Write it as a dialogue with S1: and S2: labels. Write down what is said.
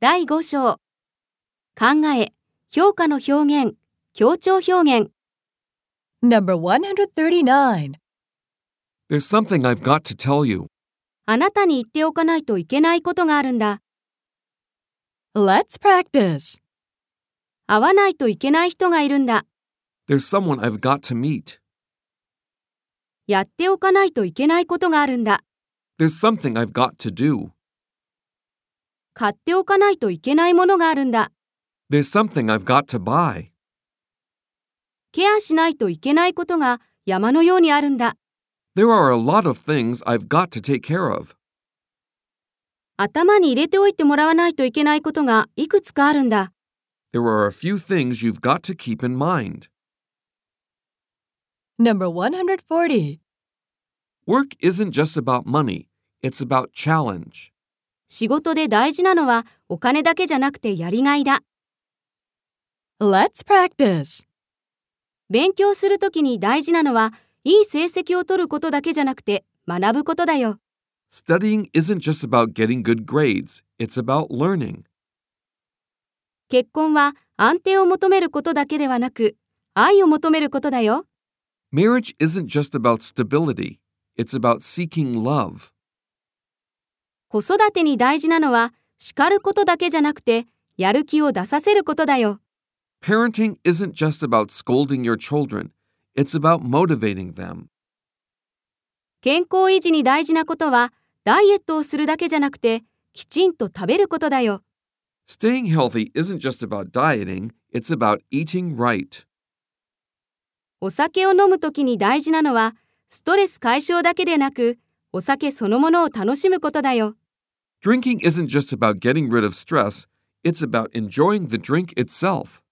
S1: 第5章。考え、評価の表現、協調表現。
S2: Number 139.
S3: There's something I've got to tell you.
S1: あなたに言っておかないといけないことがあるんだ。
S2: Let's practice.
S1: 会わないといけない人がいるんだ。
S3: There's someone I've got to meet.
S1: やっておかないといけないことがあるんだ。
S3: There's something I've got to do.
S1: 買っておかないといけないものがあるんだ。
S3: There's something I've got to buy.
S1: ケアしないといけないことが山のようにあるんだ。
S3: There are a lot of things I've got to take care of.
S1: 頭に入れておいてもらわないといけないことがいくつかあるんだ。
S3: There are a few things you've got to keep in mind.
S2: Number 140.
S3: Work isn't just about money, it's about challenge.
S1: 仕事で大事なのはお金だけじゃなくてやりがいだ。
S2: Let's practice.
S1: 勉強するときに大事なのは、いい成績を取ることだけじゃなくて学ぶことだよ。
S3: Studying isn't just about getting good grades, it's about learning.
S1: 結婚は安定を求めることだけではなく、愛を求めることだよ。
S3: Marriage isn't just about stability, it's about seeking love.
S1: 子育てに大事なのは、叱ることだけじゃなくて、やる気を出させることだよ。
S3: Parenting isn't just about scolding your children, it's about motivating them.
S1: 健康維持に大事なことは、ダイエットをするだけじゃなくて、きちんと食べることだよ。
S3: Staying healthy isn't just about dieting, it's about eating right.
S1: お酒を飲むときに大事なのは、ストレス解消だけでなく、お酒そのものを楽しむことだよ。
S3: Drinking isn't just about getting rid of stress, it's about enjoying the drink itself.